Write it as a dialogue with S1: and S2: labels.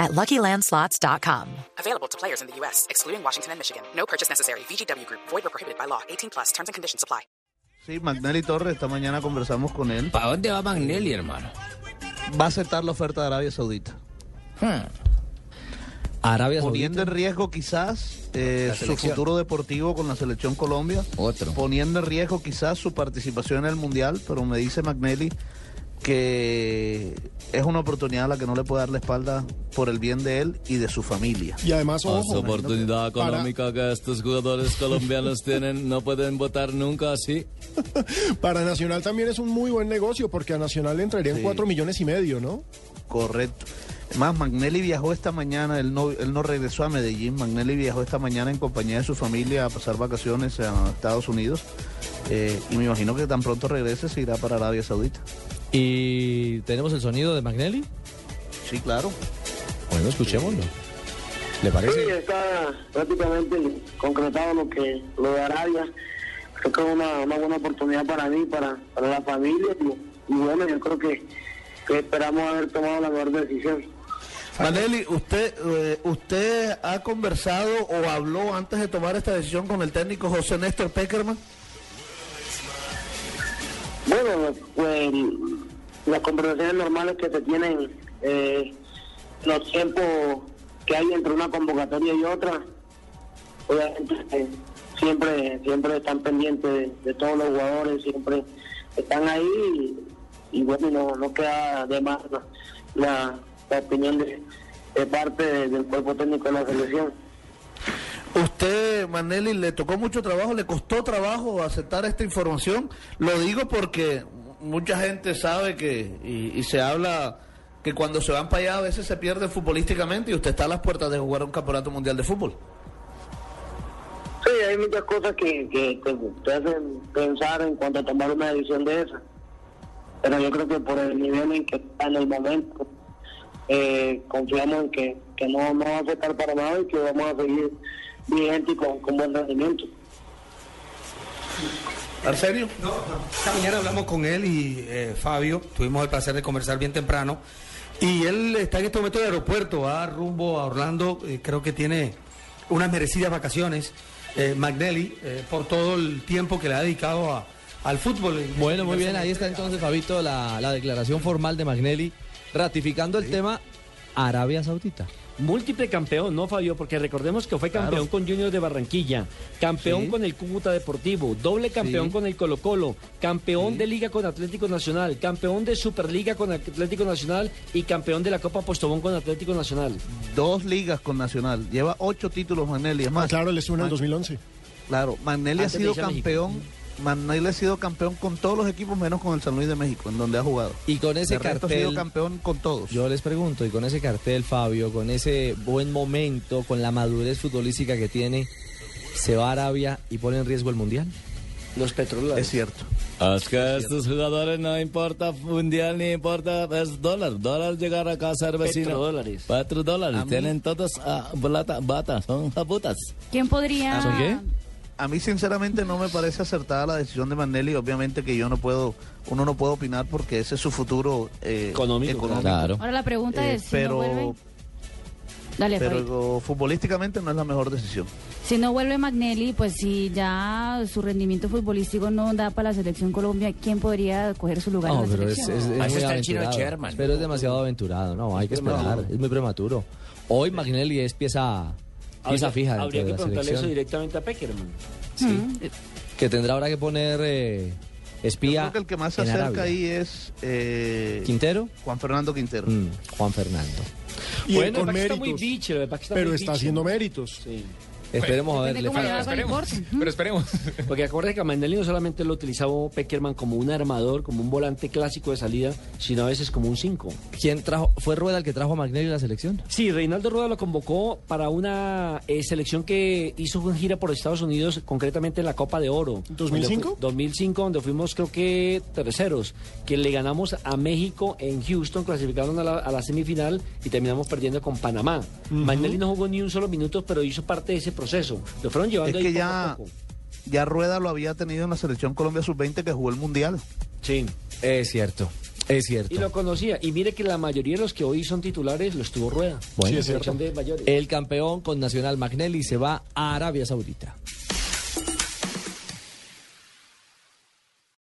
S1: at luckylandslots.com.
S2: Available to players in the U.S., excluding Washington and Michigan. No purchase necessary. VGW Group, void or prohibited by law. 18 plus terms and conditions apply.
S3: Sí, Magnelli Torres, esta mañana conversamos con él.
S4: ¿Para dónde va Magnelli, hermano?
S3: Va a aceptar la oferta de Arabia Saudita,
S4: Arabia Saudita.
S3: poniendo en riesgo quizás eh, su
S4: selección.
S3: futuro deportivo con la selección Colombia,
S4: Otro.
S3: poniendo en riesgo quizás su participación en el Mundial, pero me dice Magnelli que es una oportunidad a la que no le puede dar la espalda por el bien de él y de su familia.
S5: Y
S6: Ah,
S5: además,
S7: Esa
S5: ojo,
S7: oportunidad
S5: para-
S7: económica que estos jugadores colombianos tienen, no pueden votar nunca así.
S5: para Nacional también es un muy buen negocio porque a Nacional le entrarían
S3: Sí.
S5: 4 millones y medio, ¿no?
S3: Correcto. Más, Magnelli viajó esta mañana, él no, él no regresó a Medellín, Magnelli viajó esta mañana en compañía de su familia a pasar vacaciones a Estados Unidos eh, y me imagino que tan pronto regrese se irá para Arabia Saudita.
S6: ¿Y tenemos el sonido de Magnelli?
S3: Sí, claro.
S6: Bueno, escuchémoslo. ¿Le parece?
S8: Sí, está prácticamente concretado lo que lo de Arabia. Creo que es una, una buena oportunidad para mí, para, para la familia. Y, y bueno, yo creo que, que esperamos haber tomado la mejor decisión.
S3: Magnelli, ¿usted, eh, ¿usted ha conversado o habló antes de tomar esta decisión con el técnico José Néstor Peckerman?
S8: Bueno, pues las conversaciones normales que se tienen, eh, los tiempos que hay entre una convocatoria y otra, obviamente eh, siempre, siempre están pendientes de, de todos los jugadores, siempre están ahí y, y bueno, no, no queda de más la, la- la opinión de, de parte de- del cuerpo técnico de la selección.
S3: Usted, Manelli, le tocó mucho trabajo, le costó trabajo aceptar esta información. Lo digo porque mucha gente sabe que, y, y se habla, que cuando se van para allá a veces se pierde futbolísticamente y usted está a las puertas de jugar un campeonato mundial de fútbol.
S8: Sí, hay muchas cosas que, que, que te hacen pensar en cuanto a tomar una decisión de esa. Pero yo creo que por el nivel en que está en el momento, eh, confiamos en que, que no, no va a afectar para nada y que vamos a seguir vigente y con, con buen rendimiento.
S3: ¿Arsenio?
S9: Esta mañana hablamos con él y eh, Fabio, tuvimos el placer de conversar bien temprano. Y él está en este momento en el aeropuerto, va rumbo a Orlando, eh, creo que tiene unas merecidas vacaciones. Eh, Magnelli, eh, por todo el tiempo que le ha dedicado a- al fútbol.
S6: Bueno, muy bien, ahí está entonces, Fabito, la, la declaración formal de Magnelli ratificando el tema Arabia Saudita.
S10: Múltiple campeón, ¿no, Fabio? Porque recordemos que fue campeón con Junior de Barranquilla, campeón
S6: Sí.
S10: con el Cúcuta Deportivo, doble campeón
S6: Sí.
S10: con el Colo Colo, campeón de Liga con Atlético Nacional, campeón de Superliga con Atlético Nacional y campeón de la Copa Postobón con Atlético Nacional.
S3: Dos ligas con Nacional. Lleva ocho títulos, Magnelli. Es
S5: Ah, claro, le suena el 2011.
S3: Claro, Magnelli
S10: Antes
S3: ha
S10: de
S3: sido
S10: irse a México.
S3: campeón. Magnelli ha sido campeón con todos los equipos menos con el San Luis de México, en donde ha jugado.
S6: Y con
S3: De
S6: ese
S3: resto ha sido
S6: cartel,
S3: campeón con todos.
S6: yo les pregunto, y con ese cartel, Fabio, con ese buen momento, con la madurez futbolística que tiene, ¿se va a Arabia y pone en riesgo el Mundial?
S10: Los
S3: Es
S10: petroleros.
S3: cierto.
S7: Es que a estos jugadores no importa mundial ni importa, es dólar. Dólar llegar acá a ser vecino.
S10: Petrodólares.
S7: Petrodólares. Tienen todas ah, plata, bata, son japutas.
S11: ¿Quién
S6: ¿Ah,
S11: podría...?
S7: ¿Son qué?
S3: A mí sinceramente no me parece acertada la decisión de Manelli, obviamente que yo no puedo, uno no puede opinar porque ese es su futuro eh,
S10: Económico,
S7: Claro.
S11: Ahora la pregunta
S3: Eh,
S11: es, si no
S3: pero,
S11: vuelve... Dale, Fabito.
S3: pero futbolísticamente no es la mejor decisión.
S11: Si no vuelve Magnelli, pues si ya su rendimiento futbolístico no da para la selección Colombia, ¿quién podría coger su lugar
S6: No,
S11: en la
S6: pero es,
S11: selección?
S6: es- es
S4: Para eso
S6: muy
S4: está el chino
S6: aventurado.
S4: Sherman.
S6: Pero es demasiado aventurado, no, hay que esperar, es muy prematuro. Hoy Magnelli es pieza, pieza fija dentro
S10: Habría
S6: de
S10: que
S6: la
S10: preguntarle eso
S6: selección.
S10: directamente a Peckerman.
S6: que tendrá ahora que poner eh,
S3: Yo
S6: espía
S3: creo que el que más se
S6: en
S3: acerca
S6: Arabia.
S3: ahí es eh,
S6: Quintero
S3: Juan Fernando Quintero.
S6: mm, Juan Fernando
S5: Y
S10: Bueno,
S5: con
S10: el Pac está muy
S5: méritos.
S10: biche, el Pac está
S5: pero
S10: muy
S5: está
S10: biche.
S5: haciendo méritos.
S10: Sí.
S3: Pues,
S6: Esperemos a ver.
S11: Depende cómo le va con el Porto.
S10: Pero esperemos. Porque acuérdense que a Mandelli no solamente lo utilizaba Peckerman como un armador, como un volante clásico de salida, sino a veces como un 5.
S6: ¿Quién trajo? ¿Fue Rueda el que trajo a Magnelli a la selección?
S10: Sí, Reinaldo Rueda lo convocó para una eh, selección que hizo una gira por Estados Unidos, concretamente en la Copa de Oro.
S5: ¿2005?
S10: 2005, donde fuimos creo que terceros, que le ganamos a México en Houston, clasificaron a la, a la semifinal y terminamos perdiendo con Panamá. Magnelli no jugó ni un solo minuto, pero hizo parte de ese proceso. Lo fueron
S3: Es
S10: llevando ahí
S3: que
S10: poco a
S3: ya,
S10: poco.
S3: ya Rueda lo había tenido en la selección Colombia Sub-20 que jugó el Mundial.
S10: Sí.
S6: Es cierto, es
S10: Y
S6: cierto.
S10: lo conocía. Y mire que la mayoría de los que hoy son titulares los tuvo Rueda.
S6: Bueno,
S10: La selección de mayores.
S6: El campeón con Nacional Magnelli se va a Arabia Saudita.